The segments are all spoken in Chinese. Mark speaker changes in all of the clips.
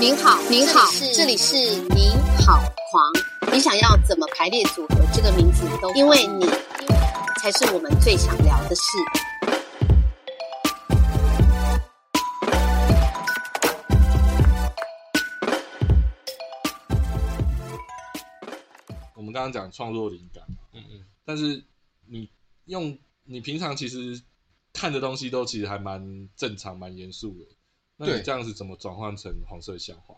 Speaker 1: 您好，您好，这里是您好狂。你想要怎么排列组合这个名字都，因为你才是我们最想聊的事。
Speaker 2: 我们刚刚讲创作灵感，
Speaker 3: 嗯嗯，
Speaker 2: 但是你用你平常其实看的东西都其实还蛮正常、蛮严肃的。那你
Speaker 3: 对
Speaker 2: 这样是怎么转换成黄色笑话？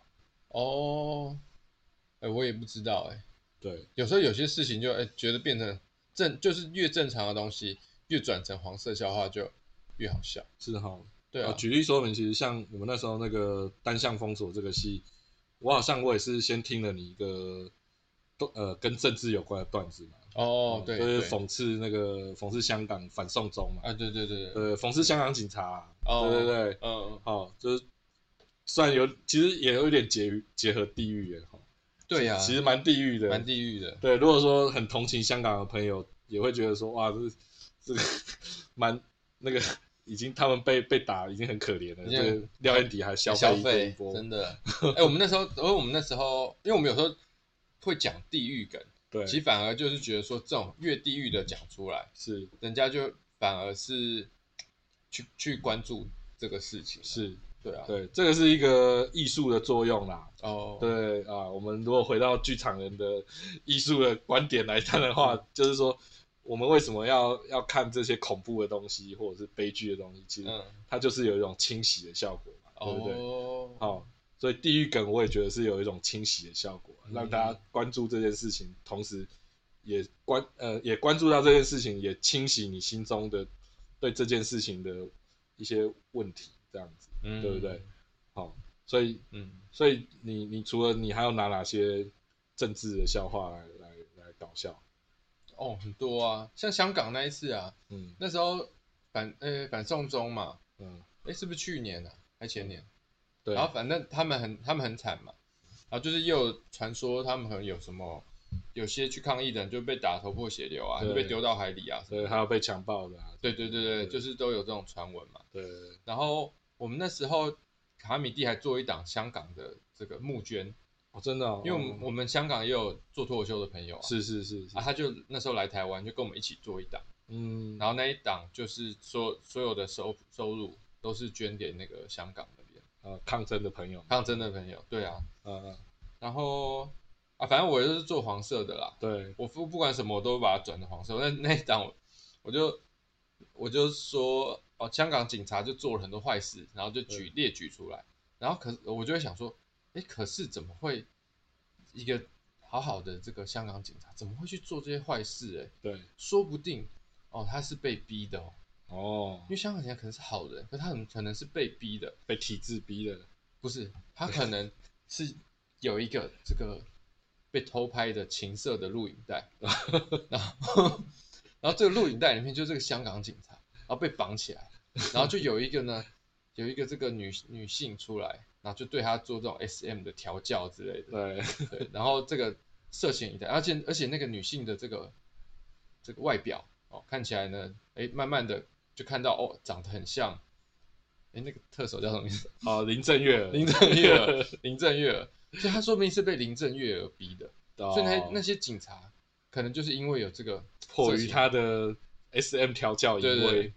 Speaker 3: 哦，哎、我也不知道哎、
Speaker 2: 对，
Speaker 3: 有时候有些事情就哎、觉得变成正，就是越正常的东西越转成黄色笑话就越好笑。
Speaker 2: 是哈。哦
Speaker 3: 对啊，
Speaker 2: 举例说明，其实像我们那时候那个单向封锁这个戏，我好像我也是先听了你一个都呃跟政治有关的段子嘛，嗯
Speaker 3: 哦，对，
Speaker 2: 就是
Speaker 3: 对
Speaker 2: 讽刺那个讽刺香港反送中嘛，
Speaker 3: 啊，对对对对，
Speaker 2: 呃，讽刺香港警察、
Speaker 3: 哦，
Speaker 2: 对对对，
Speaker 3: 嗯，嗯
Speaker 2: 好、就是虽哦然有其实也有一点结结合地域耶，哈、
Speaker 3: 对呀、
Speaker 2: 其实蛮地域的，
Speaker 3: 蛮地狱的，
Speaker 2: 对，如果说很同情香港的朋友，也会觉得说，哇，这这个蛮那个，已经他们被被打已经很可怜了，
Speaker 3: 已经
Speaker 2: 这个廖彦迪还消
Speaker 3: 消
Speaker 2: 一
Speaker 3: 费
Speaker 2: 波，
Speaker 3: 真的。哎、我们那时候，而我们那时候，因为我们有时候会讲地狱梗，
Speaker 2: 对，
Speaker 3: 其实反而就是觉得说这种越地狱的讲出来，
Speaker 2: 是
Speaker 3: 人家就反而是去去关注这个事情，
Speaker 2: 是，
Speaker 3: 对啊，
Speaker 2: 对，这个是一个艺术的作用啦。
Speaker 3: 哦，
Speaker 2: 对啊，我们如果回到剧场人的艺术的观点来看的话，
Speaker 3: 嗯
Speaker 2: 就是说，我们为什么要要看这些恐怖的东西或者是悲剧的东西？其实
Speaker 3: 嗯，
Speaker 2: 它就是有一种清洗的效果嘛，对不对？
Speaker 3: 哦，
Speaker 2: 好、所以地域梗我也觉得是有一种清洗的效果，
Speaker 3: 嗯
Speaker 2: 让大家关注这件事情，同时也关呃也关注到这件事情，也清洗你心中的对这件事情的一些问题，这样子，
Speaker 3: 嗯
Speaker 2: 对不对？好、所以
Speaker 3: 嗯，
Speaker 2: 所以你你除了你还要拿哪些政治的笑话来来来搞笑？
Speaker 3: 哦，很多啊，像香港那一次啊，
Speaker 2: 嗯
Speaker 3: 那时候反呃反送中嘛，
Speaker 2: 嗯，
Speaker 3: 哎，是不是去年啊，还前年？
Speaker 2: 对，
Speaker 3: 然后反正他们很他们很惨嘛，然后就是也有传说他们可能有什么，有些去抗议的人就被打头破血流啊，
Speaker 2: 对
Speaker 3: 就被丢到海里啊，
Speaker 2: 所以还有被强暴的、啊，
Speaker 3: 对对对对，就是都有这种传闻嘛。
Speaker 2: 对
Speaker 3: 然后我们那时候卡米蒂还做一档香港的这个募捐，
Speaker 2: 哦，真的、哦，哦
Speaker 3: 因为我们我们香港也有做脱口秀的朋友啊，
Speaker 2: 是是是是
Speaker 3: 啊，，他就那时候来台湾就跟我们一起做一档，
Speaker 2: 嗯，
Speaker 3: 然后那一档就是所所有的收收入都是捐给那个香港那边
Speaker 2: 呃抗争的朋友，
Speaker 3: 抗争的朋友，对啊，
Speaker 2: 嗯、嗯
Speaker 3: 然后啊，反正我就是做黄色的啦，
Speaker 2: 对，
Speaker 3: 我不不管什么我都把它转成黄色。那那一档我我就我就说哦，香港警察就做了很多坏事，然后就举列举出来，然后可是我就会想说，哎，可是怎么会一个好好的这个香港警察怎么会去做这些坏事？哎，
Speaker 2: 对，
Speaker 3: 说不定哦，他是被逼的哦，
Speaker 2: 哦
Speaker 3: 因，为香港警察可能是好人，可他很可能是被逼的，
Speaker 2: 被体制逼的，
Speaker 3: 不是，他可能是有一个这个被偷拍的情色的录影带， 然后然后这个录影带里面就是这个香港警察，然后被绑起来，然后就有一个呢，有一个这个女女性出来，然后就对她做这种 SM 的调教之类的，
Speaker 2: 对，
Speaker 3: 对，然后这个涉嫌一代，而且而且那个女性的这个这个外表哦，看起来呢，哎，慢慢的就看到哦，长得很像，哎，那个特首叫什么名字？
Speaker 2: 哦，林正月，
Speaker 3: 林正月儿，林正月儿，所以他说不定是被林正月儿逼的，
Speaker 2: 哦，
Speaker 3: 所以那那些警察可能就是因为有这个
Speaker 2: 迫
Speaker 3: 色
Speaker 2: 于
Speaker 3: 情
Speaker 2: 他的 S M 调教淫
Speaker 3: 对
Speaker 2: 威
Speaker 3: 对，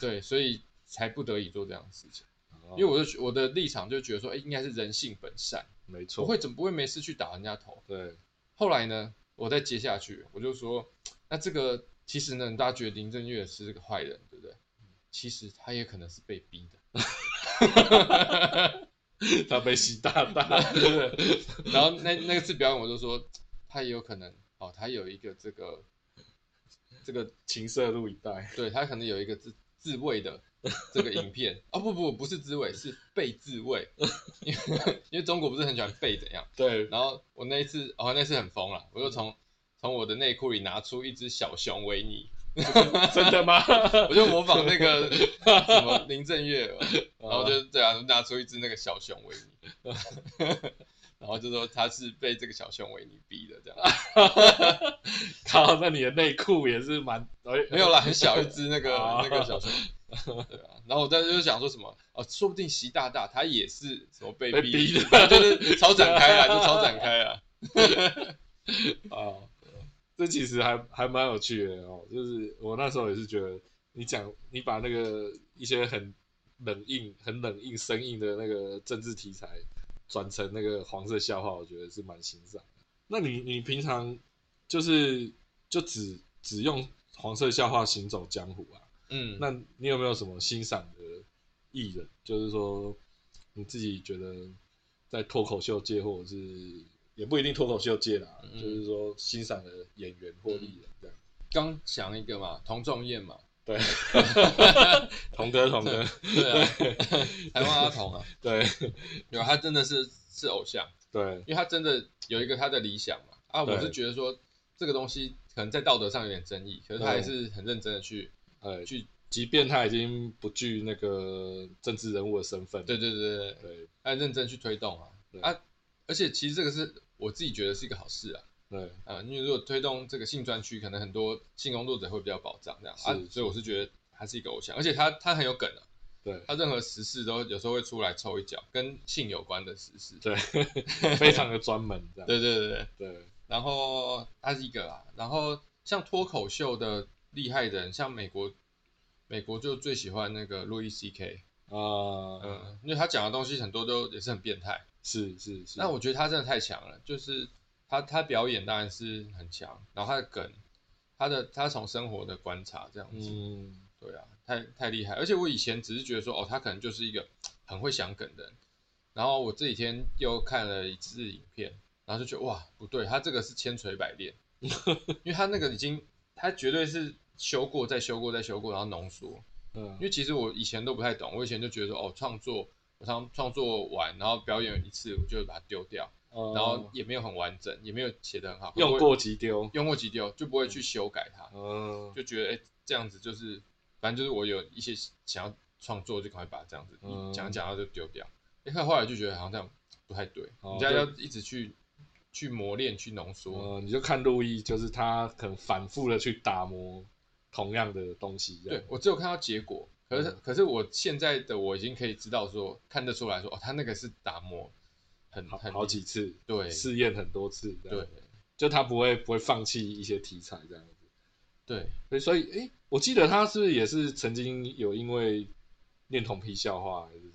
Speaker 3: 对，所以才不得已做这样的事情。
Speaker 2: 哦
Speaker 3: 因为我就觉我的立场就觉得说，哎、应该是人性本善，
Speaker 2: 没错，
Speaker 3: 不会怎么不会没事去打人家头。
Speaker 2: 对，
Speaker 3: 后来呢，我再接下去，我就说，那这个其实呢，大家觉得林正月是个坏人，对不对？其实他也可能是被逼的。
Speaker 2: 他被吸大 大，
Speaker 3: 然后那那次表演，我就说他也有可能哦，他有一个这个这个，
Speaker 2: 情色录影带，
Speaker 3: 对他可能有一个自自慰的这个影片哦，不不不是自慰，是被自慰，因为因为中国不是很喜欢被怎样。
Speaker 2: 对，
Speaker 3: 然后我那一次哦，那次很疯了，我就从从我的内裤里拿出一只小熊维尼，
Speaker 2: 真的吗？
Speaker 3: 我就模仿那个什么林正月儿，然后
Speaker 2: 哦
Speaker 3: 就对啊，拿出一只那个小熊维尼，然后就说他是被这个小熊维尼逼的这样。
Speaker 2: 靠，那你的内裤也是蛮，哎，
Speaker 3: 没有啦，很小一只那个
Speaker 2: 啊
Speaker 3: 那个小熊，对啊。然后我当时就想说什么哦，说不定习大大他也是什么被
Speaker 2: 被
Speaker 3: 逼
Speaker 2: 逼的
Speaker 3: 对对对，超展开啊，就超展开啊。
Speaker 2: 啊，这其实还还蛮有趣的哦。就是我那时候也是觉得，你讲你把那个一些很冷硬、很冷硬、生硬的那个政治题材，转成那个黄色笑话，我觉得是蛮欣赏的。那你你平常就是就只只用黄色笑话行走江湖啊？
Speaker 3: 嗯，
Speaker 2: 那你有没有什么欣赏的艺人？就是说你自己觉得在脱口秀界，或者是也不一定脱口秀界啦，
Speaker 3: 嗯
Speaker 2: 就是说欣赏的演员或艺人这样。
Speaker 3: 刚想一个嘛，童仲彦 嘛，
Speaker 2: 对，
Speaker 3: 嗯
Speaker 2: 同哥同哥，
Speaker 3: 对啊，台湾阿童啊，
Speaker 2: 对
Speaker 3: 有他真的是是偶像，
Speaker 2: 对
Speaker 3: 因为他真的有一个他的理想嘛。啊，我
Speaker 2: 对
Speaker 3: 是觉得说这个东西可能在道德上有点争议，可是他还是很认真的去，
Speaker 2: 呃，
Speaker 3: 去
Speaker 2: 即便他已经不具那个政治人物的身份，
Speaker 3: 对对对对，对
Speaker 2: 对
Speaker 3: 他认真去推动啊
Speaker 2: 对
Speaker 3: 啊！而且其实这个是我自己觉得是一个好事啊
Speaker 2: 对
Speaker 3: 啊，因为如果推动这个性专区，可能很多性工作者会比较保障这样啊
Speaker 2: 是，
Speaker 3: 所以我是觉得他是一个偶像，而且他他很有梗啊，
Speaker 2: 对
Speaker 3: 他任何时事都有时候会出来凑一脚，跟性有关的时事。
Speaker 2: 对，非常的专门这样。
Speaker 3: 对对对对，
Speaker 2: 对
Speaker 3: 然后他是一个啦，然后像脱口秀的厉害人，像美国，美国就最喜欢那个路易 C K，
Speaker 2: 啊，
Speaker 3: 嗯，因为他讲的东西很多都也是很变态，
Speaker 2: 是是是。
Speaker 3: 那我觉得他真的太强了，就是他他表演当然是很强，然后他的梗，他的他从生活的观察这样子，
Speaker 2: 嗯
Speaker 3: 对啊，太太厉害！而且我以前只是觉得说，哦，他可能就是一个很会想梗的人。然后我这几天又看了一次影片，然后就觉得哇，不对，他这个是千锤百炼， 因为他那个已经，他绝对是修过再修过再修过，然后浓缩。因
Speaker 2: 嗯
Speaker 3: 为其实我以前都不太懂，我以前就觉得说，哦，创作我常创作完，然后表演一次我就把它丢掉，
Speaker 2: 呃
Speaker 3: 然后也没有很完整，也没有写得很好，
Speaker 2: 用
Speaker 3: 不会
Speaker 2: 过即丢，
Speaker 3: 用过即丢，就不会去修改它。
Speaker 2: 嗯，
Speaker 3: 就觉得哎、诶这样子就是，反正就是我有一些想要创作，就赶快把它这样子
Speaker 2: 嗯
Speaker 3: 一讲一讲，然后就丢掉。哎、看后来就觉得好像这样不太对，
Speaker 2: 哦
Speaker 3: 人家
Speaker 2: 就
Speaker 3: 要一直去去磨练、去浓缩。
Speaker 2: 呃，你就看路易，就是他可能反复的去打磨同样的东西，这样
Speaker 3: 对，我只有看到结果，可是、
Speaker 2: 嗯
Speaker 3: 可是我现在的我已经可以知道说看得出来说哦，他那个是打磨很
Speaker 2: 好
Speaker 3: 很
Speaker 2: 好几次，
Speaker 3: 对
Speaker 2: 试验很多次，这样
Speaker 3: 对，
Speaker 2: 就他不会不会放弃一些题材这样子。
Speaker 3: 对
Speaker 2: 所
Speaker 3: 哎
Speaker 2: 以所以，诶，我记得他是不是也是曾经有因为恋童癖笑话还是什么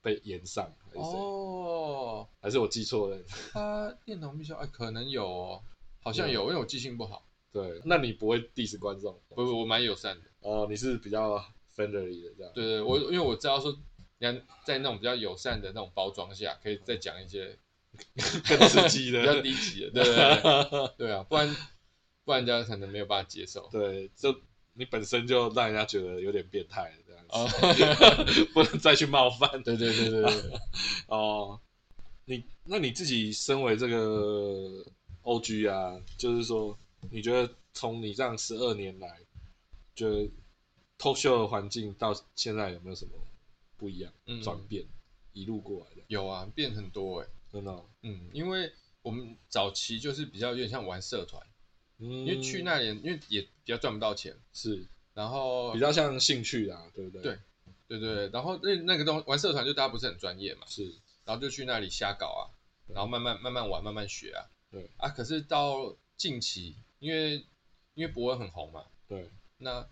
Speaker 2: 被延上，还是谁？
Speaker 3: 哦，
Speaker 2: 还是我记错了？
Speaker 3: 他恋童必须哎可能有哦，好像有，因为我记性不好，
Speaker 2: 对，那你不会 diss 观众
Speaker 3: 不不我蛮友善的。
Speaker 2: 哦，你是比较 friendly 的这样。
Speaker 3: 对对，我因为我知道说，你看在那种比较友善的那种包装下，可以再讲一些
Speaker 2: 更刺激的
Speaker 3: 比较低级的，对对对对啊，不然不然人家可能没有办法接受。
Speaker 2: 对，就你本身就让人家觉得有点变态了这样子。
Speaker 3: 哦，
Speaker 2: 不能再去冒犯
Speaker 3: 对对对对对，
Speaker 2: 哦。你那你自己身为这个 OG 啊，就是说，你觉得从你这样十二年来，觉得 talk show 的环境到现在有没有什么不一样
Speaker 3: 嗯
Speaker 2: 转变？一路过来的，
Speaker 3: 有啊，变很多哎、
Speaker 2: 真的哦、
Speaker 3: 嗯，因为我们早期就是比较有点像玩社团，
Speaker 2: 嗯，
Speaker 3: 因为去那里因为也比较赚不到钱，
Speaker 2: 是
Speaker 3: 然后
Speaker 2: 比较像兴趣啊，对不对？
Speaker 3: 对，对对对，然后那那个东玩社团就大家不是很专业嘛，
Speaker 2: 是
Speaker 3: 然后就去那里瞎搞啊，
Speaker 2: 对
Speaker 3: 然后慢慢慢慢玩，慢慢学啊。
Speaker 2: 对
Speaker 3: 啊，可是到近期，因为因为博文很红嘛，
Speaker 2: 对，
Speaker 3: 那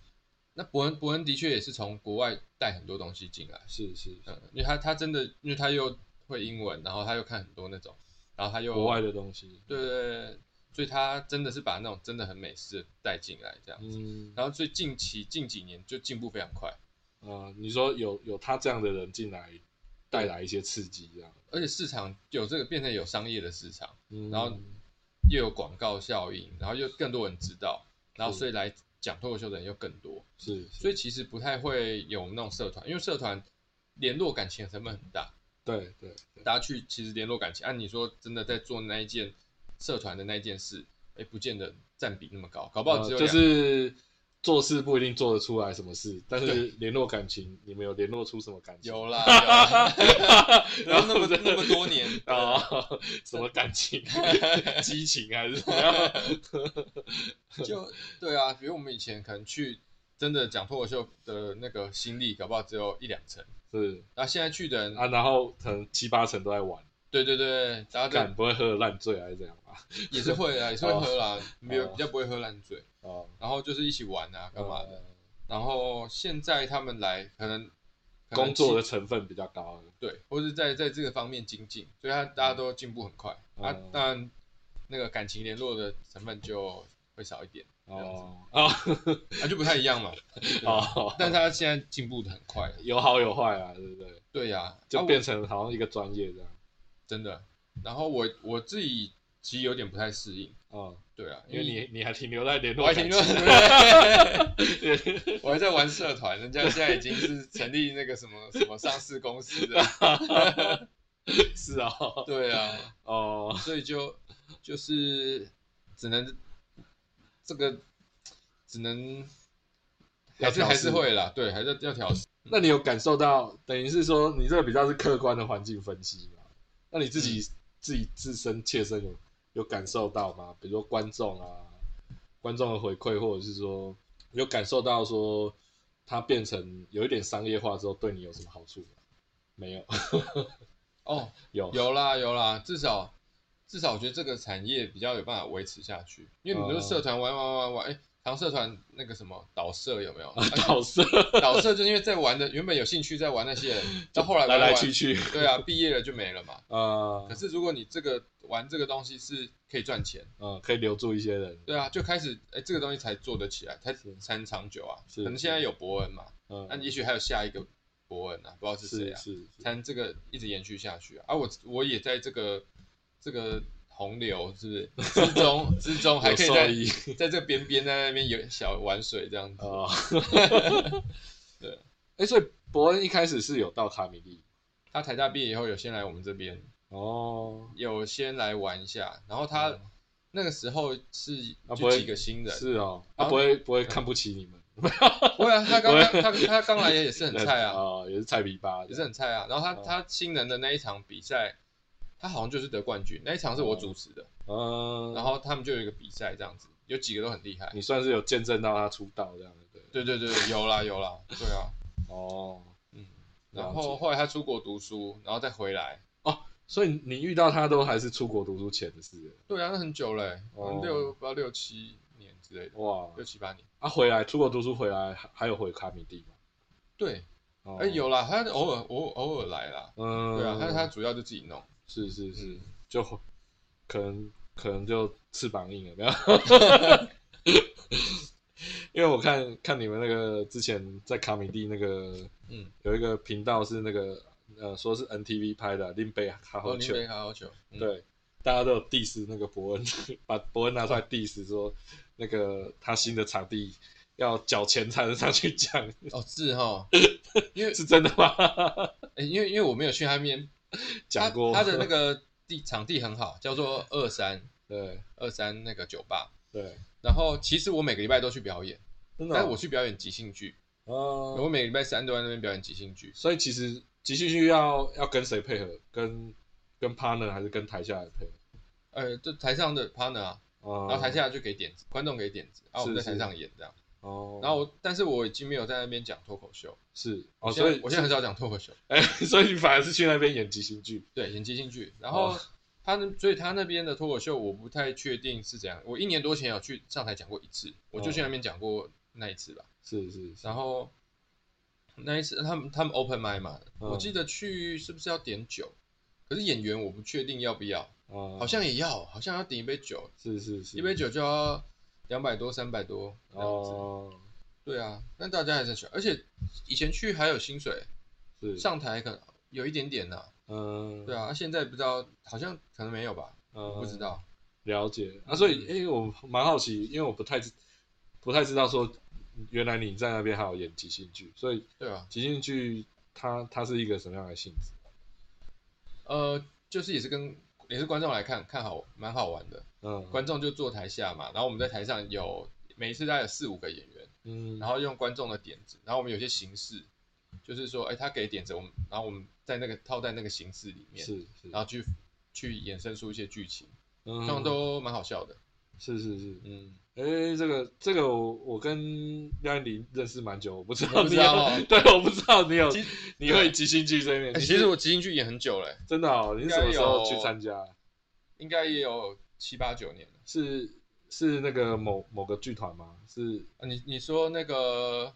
Speaker 3: 那博文博文的确也是从国外带很多东西进来，
Speaker 2: 是是是
Speaker 3: 嗯，因为他他真的，因为他又会英文，然后他又看很多那种，然后他又
Speaker 2: 国外的东西，
Speaker 3: 对，对对，所以他真的是把那种真的很美式的带进来这样。
Speaker 2: 嗯啊、
Speaker 3: 然后所以近期近几年就进步非常快，呃
Speaker 2: 你说有有他这样的人进来，带来一些刺激，这样，
Speaker 3: 而且市场有这个变成有商业的市场。
Speaker 2: 嗯
Speaker 3: 然后又有广告效应，然后又更多人知道，然后所以来讲脱口秀的人又更多，
Speaker 2: 是，是
Speaker 3: 所以其实不太会有那种社团，因为社团联络感情的成本很大，
Speaker 2: 对对对，
Speaker 3: 大家去其实联络感情，啊按、你说真的在做那一件社团的那一件事，哎，不见得占比那么高，搞不好只有
Speaker 2: 呃
Speaker 3: 两、
Speaker 2: 就是做事不一定做得出来什么事，但是
Speaker 3: 对
Speaker 2: 联络感情，你们有联络出什么感情？
Speaker 3: 有啦，有啦然
Speaker 2: 然
Speaker 3: 后那
Speaker 2: 后
Speaker 3: 么
Speaker 2: 这
Speaker 3: 那么多 年
Speaker 2: 啊，什么感 情？激情还是什么样？
Speaker 3: 啊就对啊，比如我们以前可能去真的讲脱口秀的那个心力，搞不好只有一两成。
Speaker 2: 是
Speaker 3: 那现在去的人，
Speaker 2: 啊，然后可能七八成都在玩，
Speaker 3: 对对对，大家
Speaker 2: 干不会喝得烂醉还是怎样吧？
Speaker 3: 就也是会啊，也是会喝啦，没有
Speaker 2: 哦
Speaker 3: 比较不会喝烂醉，
Speaker 2: 哦，
Speaker 3: 然后就是一起玩啊，干嘛的。
Speaker 2: 呃？
Speaker 3: 然后现在他们来，可能可能
Speaker 2: 呃工作的
Speaker 3: 进
Speaker 2: 成分比较高，
Speaker 3: 对，或是在在这个方面精进，所以他大家都进步很快。
Speaker 2: 嗯
Speaker 3: 啊，当然那个感情联络的成分就会少一点，
Speaker 2: 哦哦
Speaker 3: 啊，就不太一 样嘛。
Speaker 2: 哦，
Speaker 3: 但是他现在进步的很快，
Speaker 2: 有好有坏啊，对不对？
Speaker 3: 对呀、啊，
Speaker 2: 就
Speaker 3: 我
Speaker 2: 变成好像一个专业这样。
Speaker 3: 真的。然后我我自己其实有点不太适应，
Speaker 2: 哦，
Speaker 3: 对啊，
Speaker 2: 因为你你还停留在联络
Speaker 3: 我还
Speaker 2: 感
Speaker 3: 停
Speaker 2: 情，
Speaker 3: 留， 我还在玩社团，人家现在已经是成立那个什么什么上市公司的，
Speaker 2: 是啊，
Speaker 3: 对啊，
Speaker 2: 哦，
Speaker 3: 所以就就是只能这个只能还是
Speaker 2: 要调试
Speaker 3: 还是会啦，对，还是要调试。
Speaker 2: 那你有感受到，等于是说你这个比较是客观的环境分析嘛？那你自
Speaker 3: 嗯
Speaker 2: 己、自己自身切身有有感受到吗？比如说观众啊，观众的回馈，或者是说有感受到说它变成有一点商业化之后，对你有什么好处吗？没有，
Speaker 3: 哦，
Speaker 2: 有
Speaker 3: 有啦有啦，至少至少我觉得这个产业比较有办法维持下去，因为你说
Speaker 2: 哦
Speaker 3: 社团玩玩玩玩，哎、唐社团那个什么导社有没有？
Speaker 2: 角色
Speaker 3: 导社就是因为在玩的原本有兴趣在玩那些人，到后来
Speaker 2: 来
Speaker 3: 玩
Speaker 2: 来
Speaker 3: 玩
Speaker 2: 去，去，
Speaker 3: 对啊，毕业了就没了嘛。
Speaker 2: 呃
Speaker 3: 可是如果你这个玩这个东西是可以赚钱，
Speaker 2: 呃，可以留住一些人，
Speaker 3: 对啊，就开始哎这个东西才做得起来，才
Speaker 2: 是
Speaker 3: 才能长久啊。
Speaker 2: 是
Speaker 3: 可能现在有伯恩嘛，
Speaker 2: 嗯、
Speaker 3: 那也许还有下一个伯恩啊，不知道是谁
Speaker 2: 是
Speaker 3: 啊，
Speaker 2: 是是
Speaker 3: 才能这个一直延续下去啊。啊，我我也在这个这个洪流是不是之中之中，还可以
Speaker 2: 有受益
Speaker 3: 在在这个边边在那边有小玩水这样子。
Speaker 2: 啊， 对，哎，所以伯恩一开始是有到卡米利。
Speaker 3: 他台大毕业以后有先来我们这边，
Speaker 2: 哦，
Speaker 3: 有先来玩一下，然后他
Speaker 2: 嗯
Speaker 3: 那个时候是
Speaker 2: 啊不
Speaker 3: 就
Speaker 2: 会
Speaker 3: 几个新人，
Speaker 2: 是哦，
Speaker 3: 然
Speaker 2: 他
Speaker 3: 后
Speaker 2: 不会不会看不起你们，
Speaker 3: 不啊会啊，他刚刚他他刚来也是很菜啊，
Speaker 2: 哦，也是菜逼吧，
Speaker 3: 也是很菜啊。然后他
Speaker 2: 哦
Speaker 3: 他新人的那一场比赛，他好像就是得冠军，那一场是
Speaker 2: 哦
Speaker 3: 我主持的，
Speaker 2: 嗯，
Speaker 3: 然后他们就有一个比赛这样子，有几个都很厉害。
Speaker 2: 你算是有见证到他出道这样的，对，
Speaker 3: 对对对，有啦有啦，对 啊，
Speaker 2: 哦，
Speaker 3: 嗯。
Speaker 2: 了解
Speaker 3: 然后后来他出国读书，然后再回来，
Speaker 2: 所以你遇到他都还是出国读书前的事，
Speaker 3: 对啊，那很久嘞、
Speaker 2: 哦
Speaker 3: 可能六不知道六七年之类的，
Speaker 2: 哇，
Speaker 3: 六七八年。
Speaker 2: 啊，回来出国读书回来还还有回卡米蒂吗？
Speaker 3: 对，
Speaker 2: 哦
Speaker 3: 哎、，有啦，他偶尔偶偶尔来啦，
Speaker 2: 嗯，
Speaker 3: 对啊，但是他主要就自己弄。
Speaker 2: 是是是
Speaker 3: 嗯，
Speaker 2: 就可能可能就翅膀硬了，没有？ 因为我看看你们那个之前在卡米蒂那个，
Speaker 3: 嗯，
Speaker 2: 有一个频道是那个呃，说是 NTV 拍的《啊林北哈
Speaker 3: 哦，
Speaker 2: 好
Speaker 3: 林
Speaker 2: 球》，
Speaker 3: 北卡好球，嗯，
Speaker 2: 对，大家都有 diss 那个伯恩，把伯恩拿出来 diss 说那个他新的场地要缴钱才能上去讲，
Speaker 3: 哦是 哈，因为
Speaker 2: 是真的吗？
Speaker 3: 欸因为因为我没有去他面
Speaker 2: 讲过
Speaker 3: 他，他的那个地场地很好，叫做二三
Speaker 2: 对
Speaker 3: 二三那个酒吧。
Speaker 2: 对，
Speaker 3: 然后其实我每个礼拜都去表演，
Speaker 2: 真的哦、
Speaker 3: 但我去表演即兴剧，
Speaker 2: 哦
Speaker 3: 我每个礼拜三都在那边表演即兴剧。
Speaker 2: 所以其实即兴剧要要跟谁配合？跟跟 partner 还是跟台下来配合？
Speaker 3: 呃，就台上的 partner 啊，
Speaker 2: 哦，
Speaker 3: 然后台下就给点子，观众给点子，啊，我们在
Speaker 2: 是
Speaker 3: 台上演这样。
Speaker 2: 哦，
Speaker 3: 然后我，但是我已经没有在那边讲脱口秀，
Speaker 2: 是
Speaker 3: 我
Speaker 2: 哦，
Speaker 3: 现
Speaker 2: 所
Speaker 3: 在
Speaker 2: 以
Speaker 3: 我现在很少讲脱口秀，
Speaker 2: 哎， 所以你反而是去那边演即兴剧
Speaker 3: 对，演即兴剧。然后
Speaker 2: 哦
Speaker 3: 他那，所以他那边的脱口秀我不太确定是怎样。我一年多前有去上台讲过一次，我就去那边讲过那一次吧。
Speaker 2: 是是是
Speaker 3: 然后那一次他们他们 open m i 嘛，
Speaker 2: 嗯
Speaker 3: 我记得去是不是要点酒？可是演员我不确定要不要，
Speaker 2: 哦，
Speaker 3: 好像也要，好像要点一杯酒，
Speaker 2: 是是是
Speaker 3: 一杯酒就要两百多、三百多这样子。
Speaker 2: 哦，
Speaker 3: 对啊，但大家还是喜欢，而且以前去还有薪水，
Speaker 2: 是
Speaker 3: 上台可能有一点点呐、
Speaker 2: 嗯
Speaker 3: 对啊，啊现在不知道，好像可能没有吧，
Speaker 2: 嗯
Speaker 3: 我不知道。
Speaker 2: 了解啊，所以哎，我蛮好奇，因为我不太知不太知道说原来你在那边还有演即兴剧，所以
Speaker 3: 对啊，
Speaker 2: 即兴剧它它是一个什么样的性质？
Speaker 3: 呃，就是也是跟也是观众来看看好，蛮好玩的。
Speaker 2: 嗯，
Speaker 3: 观众就坐台下嘛，然后我们在台上有每一次大概有四五个演员，
Speaker 2: 嗯，
Speaker 3: 然后用观众的点子，然后我们有些形式，就是说，哎，他给点子，我们然后我们在那个套在那个形式里面，
Speaker 2: 是是，
Speaker 3: 然后去去衍生出一些剧情，
Speaker 2: 嗯
Speaker 3: 这样都蛮好笑的。
Speaker 2: 是是是，
Speaker 3: 嗯，
Speaker 2: 哎、哎、这个这个我我跟廖彦霖认识蛮久，我不知道
Speaker 3: 我不
Speaker 2: 你
Speaker 3: 知
Speaker 2: 有，
Speaker 3: 道哦
Speaker 2: 对，我不知道你有
Speaker 3: 其
Speaker 2: 你会即兴剧这一面。
Speaker 3: 哎
Speaker 2: 你
Speaker 3: 其
Speaker 2: 是
Speaker 3: 实我即兴剧演很久了、
Speaker 2: 真的哦，你是什么时候去参加？
Speaker 3: 应该也有七八九年了。
Speaker 2: 是是那个某某个剧团吗？是
Speaker 3: 啊、你你说那个，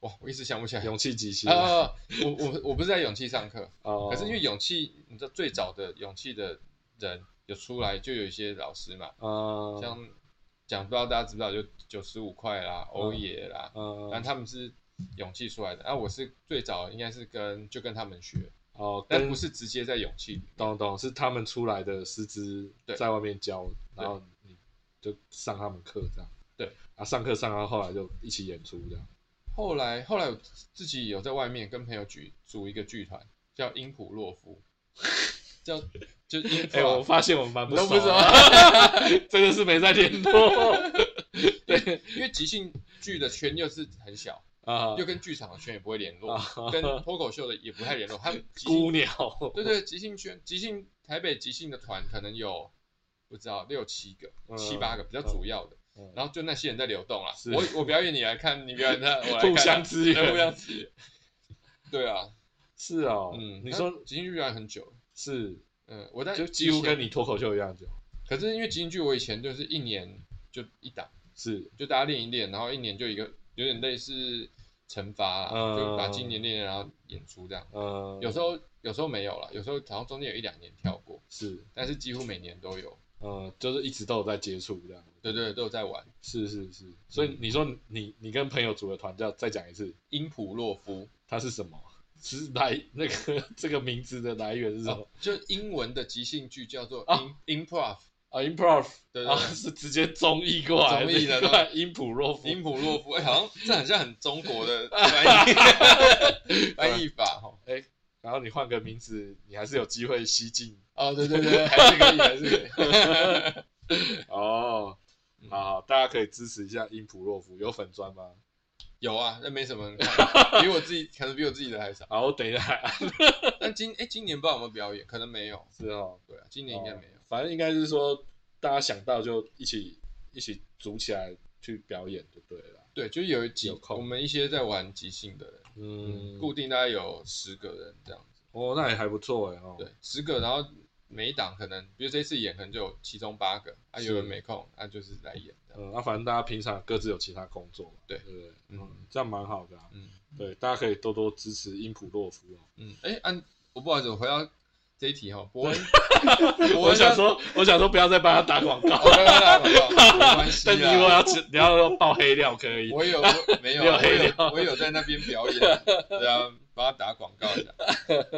Speaker 3: 哇，我一时想不起来。
Speaker 2: 勇气即兴
Speaker 3: 啊、啊我我我不是在勇气上课，
Speaker 2: 哦，
Speaker 3: 可是因为勇气，你知道最早的勇气的人有出来，就有一些老师嘛，
Speaker 2: 呃
Speaker 3: 像讲不知道大家知不知道，就九十五块啦、欧耶啦，
Speaker 2: 呃
Speaker 3: 但他们是勇气出来的。啊，我是最早应该是跟就跟他们学，
Speaker 2: 哦，
Speaker 3: 但
Speaker 2: 跟
Speaker 3: 不是直接在勇气里面。
Speaker 2: 懂懂是他们出来的师资
Speaker 3: 对
Speaker 2: 在外面教，
Speaker 3: 对
Speaker 2: 然后你就上他们课这样。
Speaker 3: 对
Speaker 2: 啊，上课上到后来就一起演出这样。
Speaker 3: 后来后来我自己有在外面跟朋友举组一个剧团，叫英普洛夫，叫就英普
Speaker 2: 哎、
Speaker 3: 啊、
Speaker 2: 我发现我们蛮
Speaker 3: 你
Speaker 2: 熟
Speaker 3: 都不知道
Speaker 2: 的， 真的是没在 联络
Speaker 3: 因为即兴剧的圈又是很小，
Speaker 2: 啊
Speaker 3: 又跟剧场的圈也不会联络
Speaker 2: 啊，
Speaker 3: 跟脱口秀的也不太联络。他们即
Speaker 2: 姑
Speaker 3: 兴
Speaker 2: 鸟，
Speaker 3: 对对即兴圈即兴台北即兴的团可能有不知道六七个、
Speaker 2: 嗯
Speaker 3: 七八个比较主要的，
Speaker 2: 嗯
Speaker 3: 然后就那些人在流动啦啊
Speaker 2: 是。
Speaker 3: 我我表演你来看，你表 演他，我来看
Speaker 2: 互相支
Speaker 3: 对
Speaker 2: 援，
Speaker 3: 互相支援。对啊，
Speaker 2: 是哦，
Speaker 3: 嗯，
Speaker 2: 你说
Speaker 3: 即兴剧玩很久，
Speaker 2: 是，
Speaker 3: 嗯，我在
Speaker 2: 就几乎跟
Speaker 3: 你，
Speaker 2: 你脱口秀一样久，
Speaker 3: 可是因为即兴剧我以前就是一年就一档。
Speaker 2: 是
Speaker 3: 就大家练一练，然后一年就一个，有点类似惩罚啦，
Speaker 2: 嗯
Speaker 3: 就把今年练，然后演出这样。
Speaker 2: 呃，
Speaker 3: 有时候有时候没有啦，有时候好像中间有一两年跳过，
Speaker 2: 是
Speaker 3: 但是几乎每年都有。
Speaker 2: 呃，就是一直都有在接触这样，
Speaker 3: 对对，对都有在玩。
Speaker 2: 是是是，所
Speaker 3: 嗯
Speaker 2: 以你说你你跟朋友组的团叫再讲一次，
Speaker 3: 英普洛夫
Speaker 2: 它是什么？是来那个这个名字的来源是什么？
Speaker 3: 就英文的即兴剧叫做
Speaker 2: 啊
Speaker 3: in 哦 improv，
Speaker 2: 啊，improv
Speaker 3: 对对
Speaker 2: 啊，
Speaker 3: 对，
Speaker 2: 是直接中译过来，
Speaker 3: 中译的对
Speaker 2: 对，音谱若夫，
Speaker 3: 英普洛夫，哎，好像这很像很中国 的翻译翻译法哈。
Speaker 2: 哎，然后你换个名字，你还是有机会吸进
Speaker 3: 哦，对对对， 还是可以，还是可以。
Speaker 2: 哦。好，大家可以支持一下音普洛夫，有粉砖吗？
Speaker 3: 有啊，那没什么人看，比我自己可能比我自己的还少。
Speaker 2: 好，我等一下，啊
Speaker 3: 但今哎、今年不知道有没有表演，可能没有。
Speaker 2: 是哦，
Speaker 3: 对啊，今年应该没有
Speaker 2: 哦。反正应该是说，大家想到就一起一起组起来去表演就对了啦。
Speaker 3: 对，就有几
Speaker 2: 有空
Speaker 3: 我们一些在玩即兴的人，
Speaker 2: 嗯，
Speaker 3: 固定大概有十个人这样子。
Speaker 2: 哦，那也还不错哎哦。
Speaker 3: 对，十个，然后每一档可能，比如这次演可能就有其中八个，啊，
Speaker 2: 是
Speaker 3: 有人没空，啊，就是来演这样。
Speaker 2: 嗯，那、反正大家平常各自有其他工作嘛，
Speaker 3: 对
Speaker 2: 对不对？
Speaker 3: 嗯
Speaker 2: 嗯，这样蛮好的、啊。
Speaker 3: 嗯
Speaker 2: 对，大家可以多多支持英普洛夫哦。
Speaker 3: 嗯，哎、按、我不好意思，我回到这一题哈， 伯恩，伯
Speaker 2: 我
Speaker 3: 恩
Speaker 2: 想
Speaker 3: 他，
Speaker 2: 说，我想说不要再帮他打广告，
Speaker 3: 我刚刚打广告，没关系
Speaker 2: 但你如果
Speaker 3: 啊。
Speaker 2: 要吃你要爆黑料可以。
Speaker 3: 我 有我没有
Speaker 2: 没有
Speaker 3: 啊？我
Speaker 2: 黑
Speaker 3: 有
Speaker 2: 料
Speaker 3: 我有在那边表演，对啊，帮他打广告一下。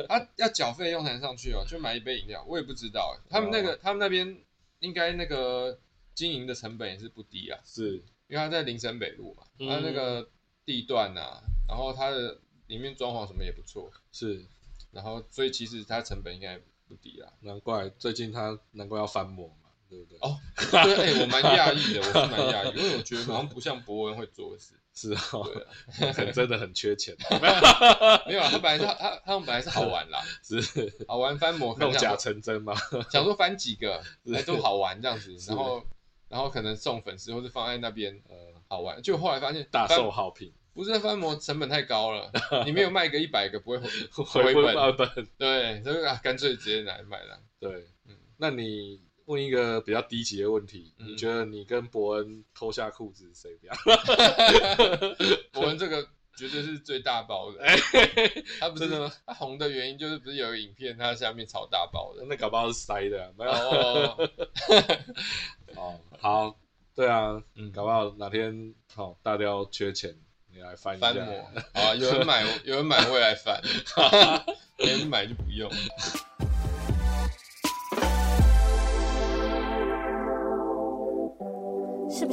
Speaker 3: 他要缴费用才能上去哦，就买一杯饮料，我也不知道欸。他们
Speaker 2: 哦
Speaker 3: 那个他们那边应该那个经营的成本也是不低啊，
Speaker 2: 是
Speaker 3: 因为他在林森北路嘛，
Speaker 2: 嗯
Speaker 3: 他那个地段啊，然后它的里面装潢什么也不错，
Speaker 2: 是，
Speaker 3: 然后所以其实它成本应该不 低啊。
Speaker 2: 难怪最近他难怪要翻模嘛，对不对？
Speaker 3: 哦对，哎、我蛮讶异的，我是蛮讶异，因为我觉得好像不像伯恩会做的事。
Speaker 2: 是哦，
Speaker 3: 对啊，
Speaker 2: 很真的很缺钱，
Speaker 3: 没有啊，他本来是他他们本来是好玩啦，
Speaker 2: 是
Speaker 3: 好玩翻模，可
Speaker 2: 弄
Speaker 3: 能
Speaker 2: 假
Speaker 3: 想说
Speaker 2: 成 真嘛？
Speaker 3: 想说翻几个，
Speaker 2: 是
Speaker 3: 哎，都好玩这样子，
Speaker 2: 是
Speaker 3: 然后然后可能送粉丝或是放在那边
Speaker 2: 呃，
Speaker 3: 好玩，就后来发现
Speaker 2: 大
Speaker 3: 翻
Speaker 2: 受啊好评，
Speaker 3: 不是翻模成本太高了，你没有卖个一百个不会呃回，
Speaker 2: 回
Speaker 3: 本
Speaker 2: 本本。
Speaker 3: 对，所以啊干脆直接来卖了。
Speaker 2: 对，
Speaker 3: 嗯
Speaker 2: 那你问一个比较低级的问题，
Speaker 3: 嗯
Speaker 2: 你觉得你跟伯恩脱下裤子谁比较？
Speaker 3: 我们这个绝对是最大包的，他不是
Speaker 2: 真的吗
Speaker 3: 他红的原因就是不是有影片他下面炒大包的，
Speaker 2: 那搞不好是塞的、啊，没有
Speaker 3: 哦，
Speaker 2: 哦。好，对啊，
Speaker 3: 嗯
Speaker 2: 搞不好哪天好、哦大雕缺钱，你来翻一下。
Speaker 3: 翻模啊，有人买有人买会来翻，没人买就不用。
Speaker 1: 是不